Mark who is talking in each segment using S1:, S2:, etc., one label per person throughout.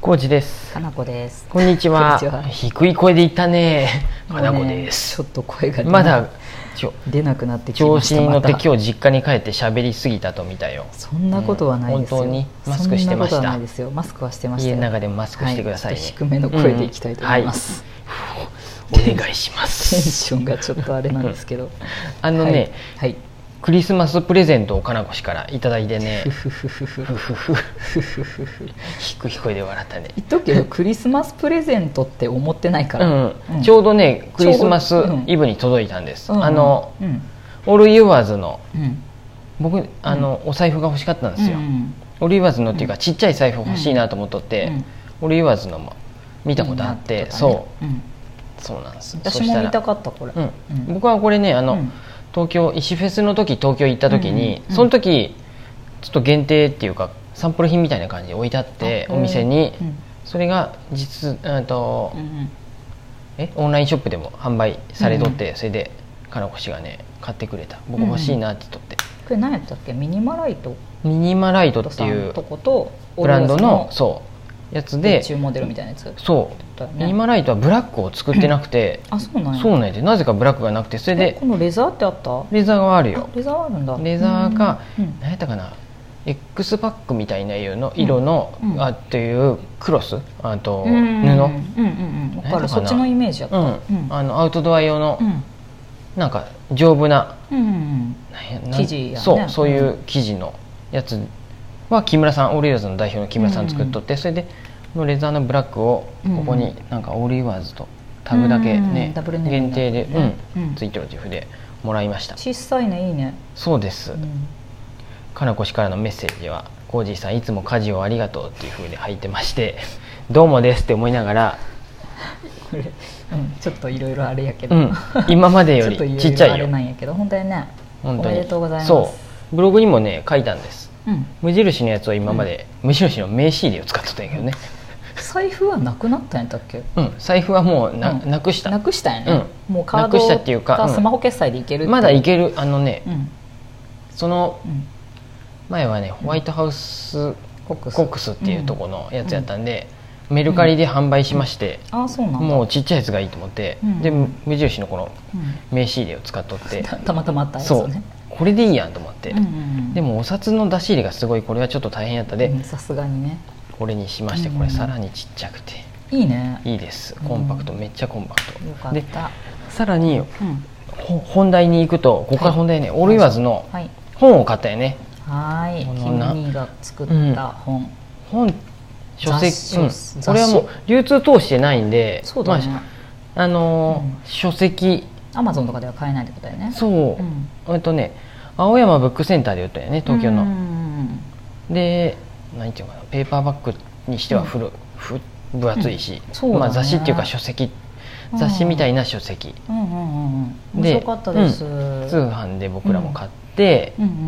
S1: コーチです
S2: かなこです。
S1: こんにちは
S2: こんにちは
S1: 低い声で言ったねかなこです、
S2: もうねちょっと声が出な
S1: まだちょ
S2: 出なくなってき
S1: 調
S2: ま
S1: 子
S2: した。
S1: に乗って
S2: また
S1: 今日実家に帰って喋りすぎたと見たよ
S2: そんなことはないですよ。
S1: うん本当にマスクしてました
S2: そんなことはないですよ。マスクはしてました
S1: 家
S2: よ。
S1: の中でもマスクしてくださいね、
S2: はいちょっと低めの声でいきたいと思いま
S1: うん、はい
S2: す。
S1: お願いしま
S2: テン
S1: す
S2: ションがちょっとあれなんですけど。
S1: あのね、
S2: はい。はい
S1: クリスマスプレゼントをかなこ氏からいただいてね
S2: ふふふふふ
S1: ふふふ低い声で笑ったね
S2: 言っとくけどクリスマスプレゼントって思ってないから。
S1: うん、ちょうどねクリスマス
S2: ちょうどうん
S1: イブに届いたんです、
S2: うん
S1: あの、
S2: うん
S1: オールユーワーズの
S2: うん
S1: 僕あの、お財布が欲しかったんですよ、
S2: うん
S1: オールユーワーズのっていうか、
S2: うん
S1: ちっちゃい財布欲しいなと思っとって、
S2: うん
S1: オールユーワーズのも見たことあって、
S2: いいなとかね
S1: そ
S2: うん
S1: うそうなんです
S2: 私も見た
S1: っ
S2: かったこれ。
S1: たうん
S2: うん
S1: 僕はこれねあの、
S2: うん
S1: 東京石フェスの時東京行った時に、
S2: うんうんうん
S1: その時ちょっと限定っていうかサンプル品みたいな感じで置いてあって
S2: あ
S1: お店に、
S2: うん
S1: それが実うんと、
S2: うん
S1: えオンラインショップでも販売されとって、それでかなこ氏がね買ってくれた僕欲しいなって言っとって、
S2: これ何やったっけミニマライト
S1: ミニマライトって
S2: さ
S1: い
S2: ん
S1: う
S2: とこと
S1: ブランドの
S2: う
S1: そうやつ
S2: で
S1: で
S2: 中モデルみたいなやつ
S1: そう
S2: だよね
S1: ミニマライトはブラックを作ってなくて、
S2: あそうなんや
S1: そうなんでなぜかブラックがなくてそれ
S2: え
S1: で
S2: このレザーってあった
S1: レザーがある
S2: あ
S1: よ
S2: レザーあるんだ
S1: レザーか、
S2: うん
S1: 何やったかな X パックみたいな色の色の、
S2: うん
S1: あっていうクロスあと布、
S2: うんうんうんうんう
S1: 何やっ
S2: ん分か
S1: たかな
S2: るそっちのイメージやった
S1: うん
S2: うん
S1: あのアウトドア用の、
S2: うん
S1: なんか丈夫な
S2: うん
S1: なんやなん
S2: 生地やね
S1: そうそういう生地のやつは木村さんオールイワーズの代表の木村さん作っとって、それでこのレザーのブラックをここになんかオールイワーズとタグだけ
S2: う
S1: ね
S2: んダブルネーム
S1: 限
S2: になっ
S1: 定
S2: てる
S1: で、
S2: ね
S1: うん
S2: うん
S1: ついてる自負でもらいました
S2: 小さいねいいね
S1: そうです、
S2: うん
S1: かなこ氏からのメッセージは「コージーさんいつも家事をありがとう」っていうふうに入ってまして 「どうもです」って思いながら、
S2: これうんちょっといろいろあれやけ
S1: う
S2: ど
S1: ん、今まで
S2: ち
S1: よ
S2: ょっと
S1: り
S2: い
S1: ち
S2: ろ
S1: っ
S2: い
S1: ち
S2: ろ
S1: ゃ
S2: あ
S1: い
S2: れ
S1: よ
S2: なんやけど本当にね
S1: 本当に
S2: おめでとうございます
S1: そうブログにもね書いたんです無印のやつを今まで、無印の名刺入れを使ってたんやけどね、
S2: 財布はなくなったんやったっけ
S1: うん、財布はもうな,、
S2: うん
S1: なくした
S2: なくしたんやねもうカー
S1: なく
S2: ド
S1: したっていうか
S2: か
S1: うん
S2: スマホ決済でいけるっていう
S1: まだいけるあのね、
S2: うん
S1: その
S2: うん
S1: 前はねホワイトハウス
S2: コックス
S1: コックスっていうとこのやつやったんで、メルカリで販売しまして、
S2: ああそうなんだ
S1: もうちっちゃいやつがいいと思って、
S2: うん
S1: で無印のこの
S2: うん
S1: 名刺入れを使っと って、
S2: たたまたまあったんです
S1: そ
S2: よ
S1: う
S2: ね
S1: これでいいやんと思って、
S2: うんうんうん
S1: でもお札の出し入れがすごいこれはちょっと大変やったで、
S2: うんさすがにね
S1: これにしまして
S2: うん
S1: これさらにちっちゃくて
S2: いいね
S1: いいですコンパクト、
S2: う
S1: めっちゃコンパクト
S2: よかっ
S1: で
S2: た
S1: さらに
S2: うん
S1: ほ本題に行くとここから本題ね、オールイワーズの
S2: はい
S1: 本を買ったよね
S2: はーい
S1: こ
S2: キ
S1: の
S2: ム
S1: な
S2: 兄が作った本
S1: 本書
S2: 雑誌
S1: 籍、うん
S2: 雑誌
S1: これはもう流通通してないんで
S2: そうだね
S1: まああのー
S2: う
S1: 書籍
S2: アマゾンとかでは買えないってことだよね
S1: そう
S2: う、ん
S1: えっとね青山ブックセンターで売ったよね東京
S2: うんう
S1: の、
S2: ん
S1: で何ていうのかなペーパーバッグにしては古、ふ分厚いし、
S2: うんそうだね
S1: まあ、雑誌っていうか書籍
S2: うん
S1: 雑誌みたいな書籍、
S2: うんうんうんうんうん
S1: で
S2: 面白かったです
S1: う
S2: うん
S1: 通販で僕らも買って
S2: うんうんうん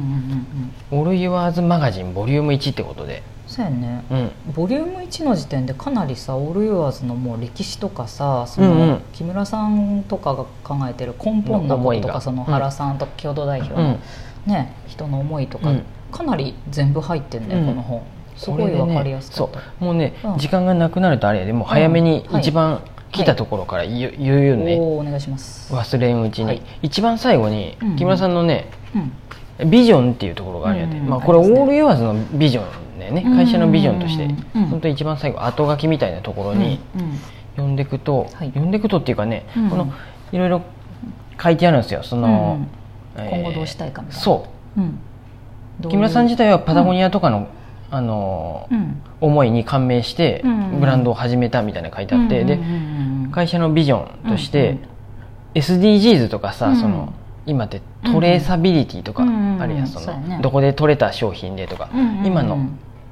S2: う
S1: 「
S2: ん
S1: オール・ユアーズ・マガジンボリューム1ってことで、
S2: そうやね
S1: うん、
S2: ボリューム1の時点でかなりさオールユアーズのもう歴史とかさそ
S1: う
S2: の、
S1: んうん
S2: 木村さんとかが考えてる根本な
S1: 思
S2: こ
S1: い
S2: と
S1: が
S2: とかその
S1: うん
S2: 原さんとか共同代表
S1: う
S2: の
S1: ん、
S2: ね、人の思いとか、
S1: うん
S2: かなり全部入ってんね、
S1: うん
S2: この本すごいわかりやすかっ
S1: こ
S2: た、
S1: れでねそうもうね、
S2: うん
S1: 時間がなくなるとあれやでもう早めに
S2: うんはい
S1: 一番来たところから言う,、言うよね、
S2: おおお願いします、
S1: 忘れんうちに、
S2: はい
S1: 一番最後に
S2: うん
S1: 木村さんのね、
S2: うん、
S1: ビジョンっていうところがあるんやで、
S2: うん
S1: まあ、これ
S2: あ
S1: オ
S2: りますね
S1: ールユアーズのビジョンだよね
S2: うん
S1: 会社のビジョンとして、
S2: うん
S1: 本当一番最後後書きみたいなところに
S2: うんうん
S1: 読んでくと、
S2: はい
S1: 読んでくとっていうかね、
S2: うん
S1: このいろいろ書いてあるんですよその、えー
S2: 今後どうしたいかみたいな
S1: そ
S2: うんうんど
S1: う
S2: うい
S1: 木
S2: う
S1: 村さん自体はパタゴニアとかの、あのー
S2: うん
S1: 思いに感銘して
S2: うん
S1: ブランドを始めたみたいなの書いてあって、
S2: うんうん
S1: で
S2: うんうん
S1: 会社のビジョンとして、
S2: うんうん
S1: SDGs とかさ、
S2: うん
S1: その今ってトレーサビリティとか
S2: うん
S1: あるやん、そ
S2: そうや
S1: の
S2: ね
S1: どこで取れた商品でとか、
S2: うんうんうん
S1: 今の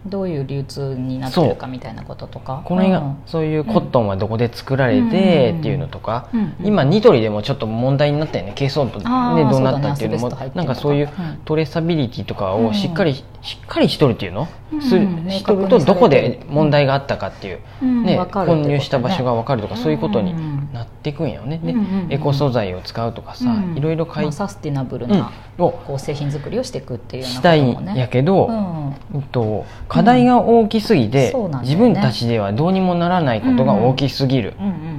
S2: どういう流通になってるかみたいなこととか
S1: この辺が、
S2: うん
S1: そういうコットンはどこで作られてっていうのとか、
S2: うんうんうん
S1: 今ニトリでもちょっと問題になったよねケイソープ
S2: あ
S1: ね
S2: ー
S1: どうなったっていうのも
S2: そうだねアスベスト入ってると
S1: な
S2: か
S1: んかそういう
S2: うん
S1: トレーサビリティとかをしっかり、しっかりしとるっていうの、
S2: うん
S1: する
S2: 明確に
S1: しとると
S2: されて
S1: ど
S2: る
S1: こで問題があったかっていう、
S2: うん
S1: ね
S2: わかるってこ
S1: 混
S2: とね
S1: 入した場所が分かるとかそういうことに
S2: うんうんうん
S1: なっていくんやよね、
S2: うんうんうん
S1: でエコ素材を使うとかさ、
S2: うん
S1: いろいろ書い
S2: まあ
S1: て、
S2: サスティナブル
S1: うん
S2: な、
S1: を
S2: こう製品作りをしていくっていうよう
S1: し
S2: な
S1: たい
S2: ことも
S1: んや
S2: ね
S1: けど、
S2: うん
S1: うんと、課題が大きすぎて、
S2: そうなんだ
S1: 自
S2: よね
S1: 分たちではどうにもならないことが大きすぎる、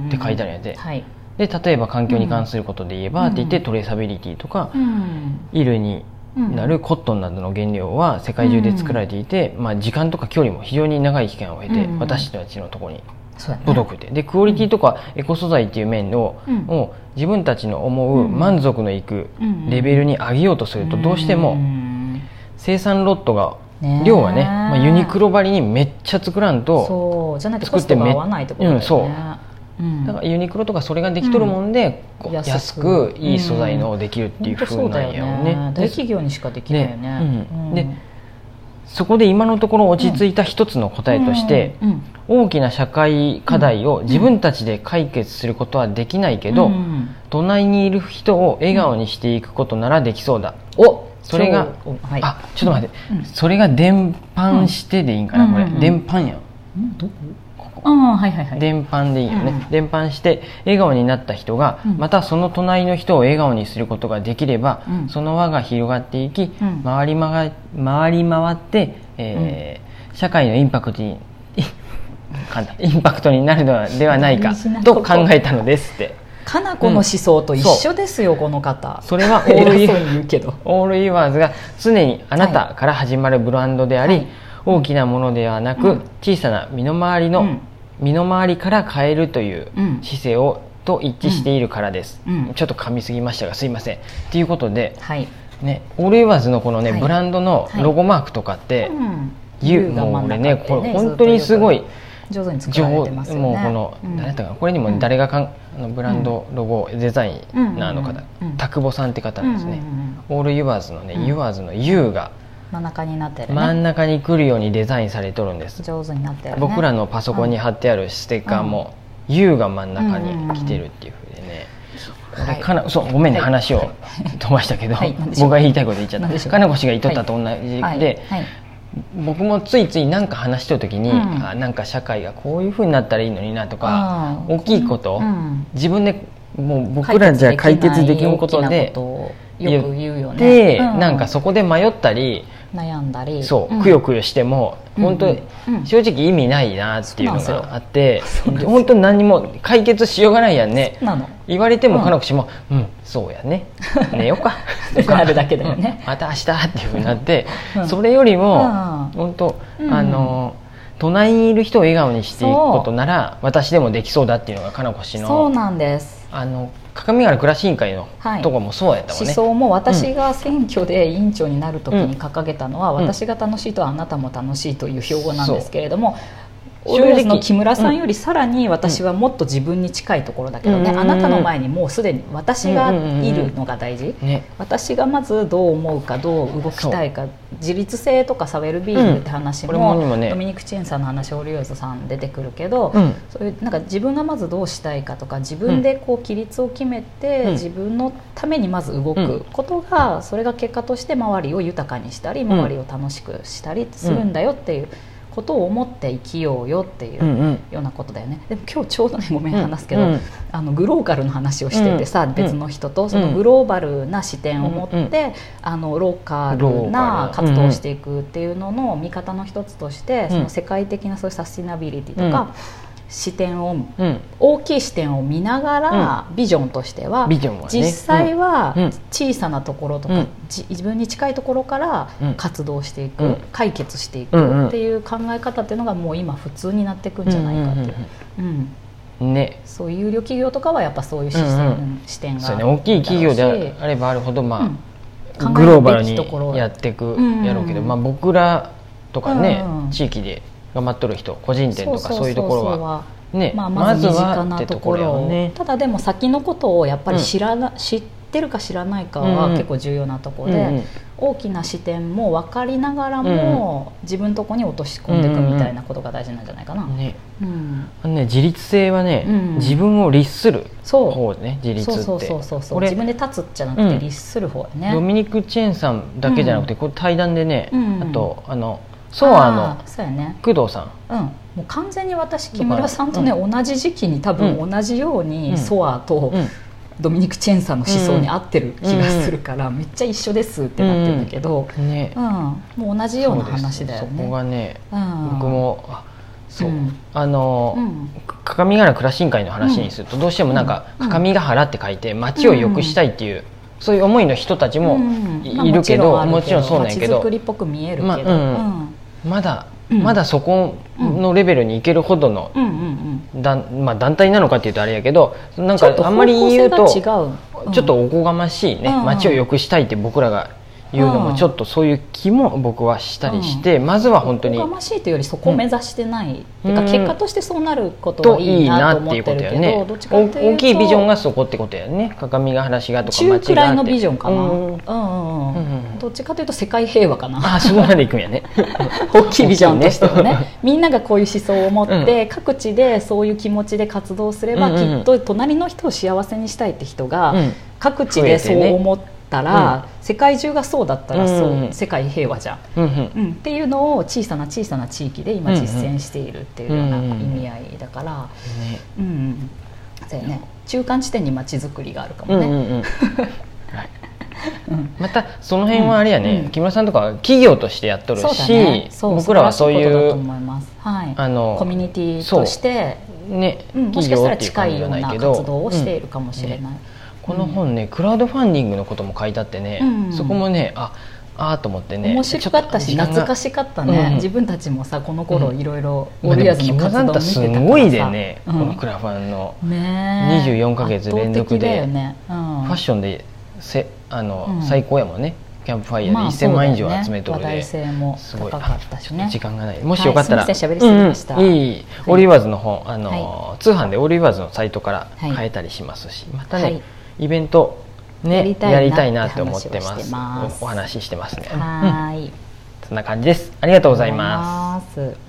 S1: って書いてあるんやで
S2: はい
S1: で例えば環境に関することで言えば、
S2: うん
S1: って言ってトレーサビリティとか、
S2: うん
S1: 衣類に
S2: うん
S1: なるコットンなどの原料は世界中で作られていて、まあ、時間とか距離も非常に長い期間を経て、
S2: うん
S1: 私たちのところに
S2: そうやね
S1: 届くってでクオリティとかエコ素材っていう面を,、
S2: うん
S1: を自分たちの思う満足のいくレベルに上げようとするとどうして
S2: う
S1: も
S2: ん
S1: 生産ロットが
S2: ねえ
S1: 量はね、まあ、ユニクロ張りにめっちゃ作らんと
S2: そうじゃないと
S1: 作
S2: コ
S1: っ
S2: ス
S1: て
S2: ト
S1: め
S2: が合わないってことだよね、
S1: うんそう
S2: うん
S1: だからユニクロとかそれができとるもんで、こう
S2: 安
S1: 安
S2: く
S1: くいい素材のできるっていう
S2: 本当
S1: 風
S2: そう
S1: な
S2: だ
S1: ん
S2: よ
S1: や
S2: ね
S1: よね。
S2: 大
S1: で
S2: 企業にしかできないよね
S1: ねうんでそこで今のところ落ち着いた一つの答えとして、
S2: うんうん
S1: 大きな社会課題を自分たちで解決することはできないけど、
S2: うん
S1: 隣にいる人を笑顔にしていくことならできそうだ、
S2: お
S1: それが
S2: そうはい
S1: あちょっと待って、
S2: うん
S1: それが伝播してでいいんかな、
S2: うん
S1: こ
S2: う
S1: れ
S2: んうん
S1: 伝播やん
S2: うんどこ
S1: ここ
S2: ああはいはいはい
S1: 伝播でいいよね、
S2: うん
S1: 伝播して笑顔になった人が、
S2: うん
S1: またその隣の人を笑顔にすることができれば、
S2: うん
S1: その輪が広がっていき、
S2: うん
S1: 回り回回り回って、えー社会のインパクトに 簡単インパクトになるのではないか
S2: 大事なこと
S1: と考えたのですって
S2: かなこの思想と一緒ですよ、この方
S1: それはオー
S2: 偉
S1: ル
S2: そう
S1: イ
S2: に
S1: ン
S2: 言うけど
S1: オールイワーズが常にあなたから始まるブランドであり、
S2: はい
S1: 大きなものではなく、
S2: うん
S1: 小さな身の回りの、
S2: うん
S1: 身の回りから変えるという
S2: うん
S1: 姿勢をと一致しているからです、
S2: うん
S1: ちょっと噛みすぎましたがすいませんということで、
S2: はい、
S1: ね、オールイワーズのこのね、
S2: はい
S1: ブランドのロゴマークとかって、
S2: うん
S1: 言う
S2: U が
S1: も
S2: 真
S1: うん俺
S2: 中
S1: ね
S2: って
S1: これ本当にすごい
S2: 上手に作
S1: 情
S2: られ
S1: 報、
S2: てますよね
S1: もうこの、
S2: うん
S1: 誰だったかなこれにも誰がかんあのブランドロゴデザイナーの方、
S2: うんうんうん
S1: 田久保さんって方なんですね、
S2: うんうんうん
S1: オールユアーズのね、
S2: うん
S1: ユアーズの U が
S2: 真ん中になってるね、
S1: 真ん中に来るようにデザインされとるんです、
S2: 上手になってる、ね、
S1: 僕らのパソコンに貼ってあるステッカーも、U が真ん中に来てるっていうふうでね、
S2: うん
S1: 俺かなそうごめんね、
S2: はい
S1: 話
S2: は
S1: を飛ばしたけど、
S2: はい何でしょう
S1: 僕が言いたいこと言っちゃっ
S2: 何でしたょう
S1: 金越が言っとったと同じで、
S2: はいはい
S1: 僕もついつい何か話しとる時に、
S2: うん
S1: あなんか社会がこういうふうになったらいいのになとか
S2: うん
S1: 大きいこと、
S2: うん
S1: 自分でもう僕らじゃ解決できることで
S2: 大きなことをよく言うよね
S1: で、
S2: う
S1: なんかそこで迷ったり
S2: 悩んだり
S1: そう、
S2: ん
S1: くよくよしても
S2: うん
S1: 本当、
S2: うん
S1: 正直意味ないなっていうの
S2: そうなんです
S1: が
S2: よ
S1: あって
S2: そうなんですよ
S1: 本当に何も解決しようがないやんね
S2: なの
S1: 言われて
S2: う
S1: も
S2: ん
S1: 彼女も「うん、そうや ね寝ようか」
S2: そうなるだけだよね
S1: うんまた明日」っていうふうになって、
S2: うん
S1: それよりも、
S2: う
S1: 本当、
S2: うん
S1: あの隣にいる人を笑顔にしていくことなら私でもできそうだっていうのがかなこ氏
S2: そ
S1: の
S2: うなんです
S1: あの鏡ヶ原暮らし委員会の
S2: はい
S1: とこもそうやったもん
S2: 思
S1: ね。
S2: 想も私が選挙で委員長になる時に掲げたのは、
S1: ん
S2: 私が楽しいとはあなたも楽しいという標語なんですけれども
S1: そう
S2: オールウェイズの
S1: 正直
S2: 木村さんよりさらに私はもっと自分に近いところだけどね、
S1: うん
S2: あなたの前にもうすでに私がいるのが大事、
S1: ね
S2: 私がまずどう思うかどう動きたいか自立性とかさウェルビーイングって話
S1: うんこれも
S2: も,、
S1: にもね
S2: ドミニク・チェンさんの話オリオーズさん出てくるけど、
S1: うん
S2: そういうなんか自分がまずどうしたいかとか自分でこう規律を決めて、
S1: うん
S2: 自分のためにまず
S1: う
S2: 動
S1: ん
S2: くことが、それが結果として周りを豊かにしたり
S1: ん
S2: 周りを楽しくしたりするんだよっていうことを思って生きようよっていう。
S1: うんうん
S2: ようなことだよねでも今日ちょうどねごめん
S1: うん
S2: 話すけど、
S1: うん
S2: あのグローバルの話をしててさ、
S1: うん
S2: 別の人とそのグローバルな視点を持って、
S1: うんうん
S2: あのローカ
S1: ロ
S2: ル
S1: ーカ
S2: な
S1: ル
S2: 活動をしていくっていうのの見方の一つとして、
S1: ん
S2: その世界的なそういうサスティナビリティとか、視点を
S1: うん
S2: 大きい視点を見ながら、ビジョンとしては
S1: ビジョンはね
S2: 実際は
S1: うん
S2: 小さなところと
S1: う
S2: か、
S1: ん
S2: じ自分に近いところから
S1: うん
S2: 活動していく、
S1: うん
S2: 解決してい
S1: うんうん
S2: くっていう考え方っていうのがもう今普通になっていくんじゃないかっていう、うん
S1: ね
S2: そういう有料企業とかはやっぱそういう視点,、
S1: うん
S2: 視点が
S1: そうね大きい企業であればあるほどまあ、グローバルにやっていくやろうけど、
S2: うん
S1: まあ、僕らとかね、
S2: うんうん
S1: 地域で頑張っとる人個人店とかそういうところは
S2: は
S1: ね
S2: まあ、まず身近
S1: っ
S2: な
S1: て
S2: と
S1: と
S2: こ
S1: ころや
S2: ろ
S1: よ
S2: を
S1: ね。
S2: ただでも先のことをやっぱり知らな、知ってるか知らないかは
S1: うんうん
S2: 結構重要なとこ
S1: う
S2: ろ
S1: ん
S2: で、
S1: うん
S2: 大きな視点も分かりながらも、自分とこに落とし込んでいくみたいなことが大事なんじゃないかな。うん
S1: ねあのね自立性はね、
S2: うん
S1: 自分を律する
S2: そう
S1: 方ね自立
S2: そうそ
S1: っ
S2: う
S1: て
S2: そうそうそう
S1: これ
S2: 自分で立つじゃなく
S1: う
S2: て
S1: ん
S2: 律する方やね、
S1: ドミニク・チェンさんだけじゃなくて、これ対談でね、
S2: うん
S1: あとあのソアの
S2: あーそうやね
S1: 工藤さん
S2: うんもう完全に私木村さんとね、
S1: う
S2: 同じ時期に多分
S1: う
S2: 同じように、
S1: うん
S2: ソアと、
S1: うん
S2: ドミニク・チェンさんの思想に合ってる気がするから、めっちゃ一緒ですってなってるんだけど、
S1: ね
S2: うんもう同じような話だよ
S1: そうですそこ
S2: ね。
S1: がね
S2: うん
S1: 僕もあそう、
S2: うん
S1: あの、
S2: うん
S1: か鏡ヶ原倉新会の話にすると、どうしてもなんか、
S2: うん
S1: 鏡ヶ原って書いて町を良くしたいっていう、そういう思いの人たちもい,、
S2: うん
S1: るけど、
S2: まあ
S1: もちろんそうなんやけど
S2: 街づくりっぽく見えるけど、
S1: まあうんまだ、
S2: うん
S1: まだそこのレベルに行けるほどの、
S2: うんうんうん
S1: だんまあ、団体なのかっていうとあれやけどなん
S2: ちょっ
S1: か
S2: と
S1: あんまり言うと
S2: 方向性が違う、うん
S1: ちょっとおこがましいね、
S2: うん
S1: 街を良くしたいって僕らが言うの
S2: う
S1: も
S2: ん
S1: ちょっとそういう気も僕はしたりして、まずは本当に
S2: おこがましいというよりそこを目指してない、てか
S1: うん
S2: 結果としてそうなること
S1: と
S2: はいい
S1: いい
S2: なと
S1: なっ
S2: 思ってて
S1: いうこと
S2: るけど
S1: やね
S2: どっちかっていうと
S1: 大きいビジョンがそこってことやね鏡ヶ原市がとか
S2: 中
S1: 町
S2: く
S1: があ
S2: らい
S1: って
S2: のビジョンかな、
S1: うん
S2: うんうんう
S1: う
S2: ん
S1: んうん
S2: どっちかというと世界平和かな
S1: あそこまで行くんやね
S2: 大きいビジョンとしてはねみんながこういう思想を持って、各地でそういう気持ちで活動すれば、
S1: うんうんうん
S2: きっと隣の人を幸せにしたいって人が、
S1: うん
S2: 各地でそう思ったら、世界中がそうだったらそう、
S1: うんうん
S2: 世界平和じゃん、
S1: うんうん
S2: うん、っていうのを小さな小さな地域で今実践しているっていうような意味合いだから、
S1: ね
S2: うんうんそうやね、中間地点にまちづくりがあるか
S1: うん
S2: も
S1: う
S2: ね。
S1: んうんはい
S2: うん
S1: またその辺はあれやね、
S2: うん
S1: 木村さんとかは企業としてやっとる
S2: そうだ
S1: し、
S2: ね、そう
S1: 僕らはそうい
S2: 素晴らしことだと
S1: う
S2: 思います、はい、
S1: あの
S2: コミュニティとして、
S1: ね、
S2: うん、も
S1: 企
S2: しかし
S1: 業
S2: たら
S1: っていう
S2: 近
S1: 感じ
S2: い
S1: じ
S2: よ
S1: ゃ
S2: う
S1: ない
S2: な
S1: け
S2: 活
S1: ど
S2: 動をしてい
S1: うん
S2: るかもしれない、
S1: この本ねクラウドファンディングのことも書いてあってね、
S2: うん
S1: そこもねああーと思ってね
S2: 面白かったし懐か
S1: し
S2: しかったね、
S1: うん
S2: 自分たちが自分たちもさこの頃いろいろ
S1: いま
S2: オ
S1: あ、
S2: リ
S1: で
S2: ア
S1: も
S2: ーズ
S1: 木
S2: の
S1: 村
S2: 活
S1: さん
S2: 動
S1: っ
S2: を
S1: てすごい
S2: 見てたからさ
S1: でね、
S2: うん
S1: このクラファンの
S2: ねえ
S1: 24ヶ月連続で
S2: 圧倒的だよねうん
S1: ファッションでせあの、
S2: うん
S1: 最高やもんねキャンプファイヤ
S2: まあ
S1: ーで1000万円以上集めとる
S2: そうだよね
S1: で
S2: 話題性も
S1: すご
S2: 高
S1: い
S2: かったし
S1: あ
S2: ね
S1: 時間がないもしよかったら、
S2: はいすいません喋りすぎました
S1: うんうんいいいいオリーバーズの本あの、
S2: は
S1: 通販でオリーバーズのサイトから
S2: はい
S1: 買えたりしますし、またね、
S2: はい
S1: イベントね
S2: や
S1: や
S2: り
S1: り
S2: たいな
S1: たいなって思って
S2: っ
S1: ま
S2: て話をして
S1: す
S2: ます
S1: おお話ししてますねうん
S2: はーい
S1: そんな感じですありがとうございます
S2: ありがとうございます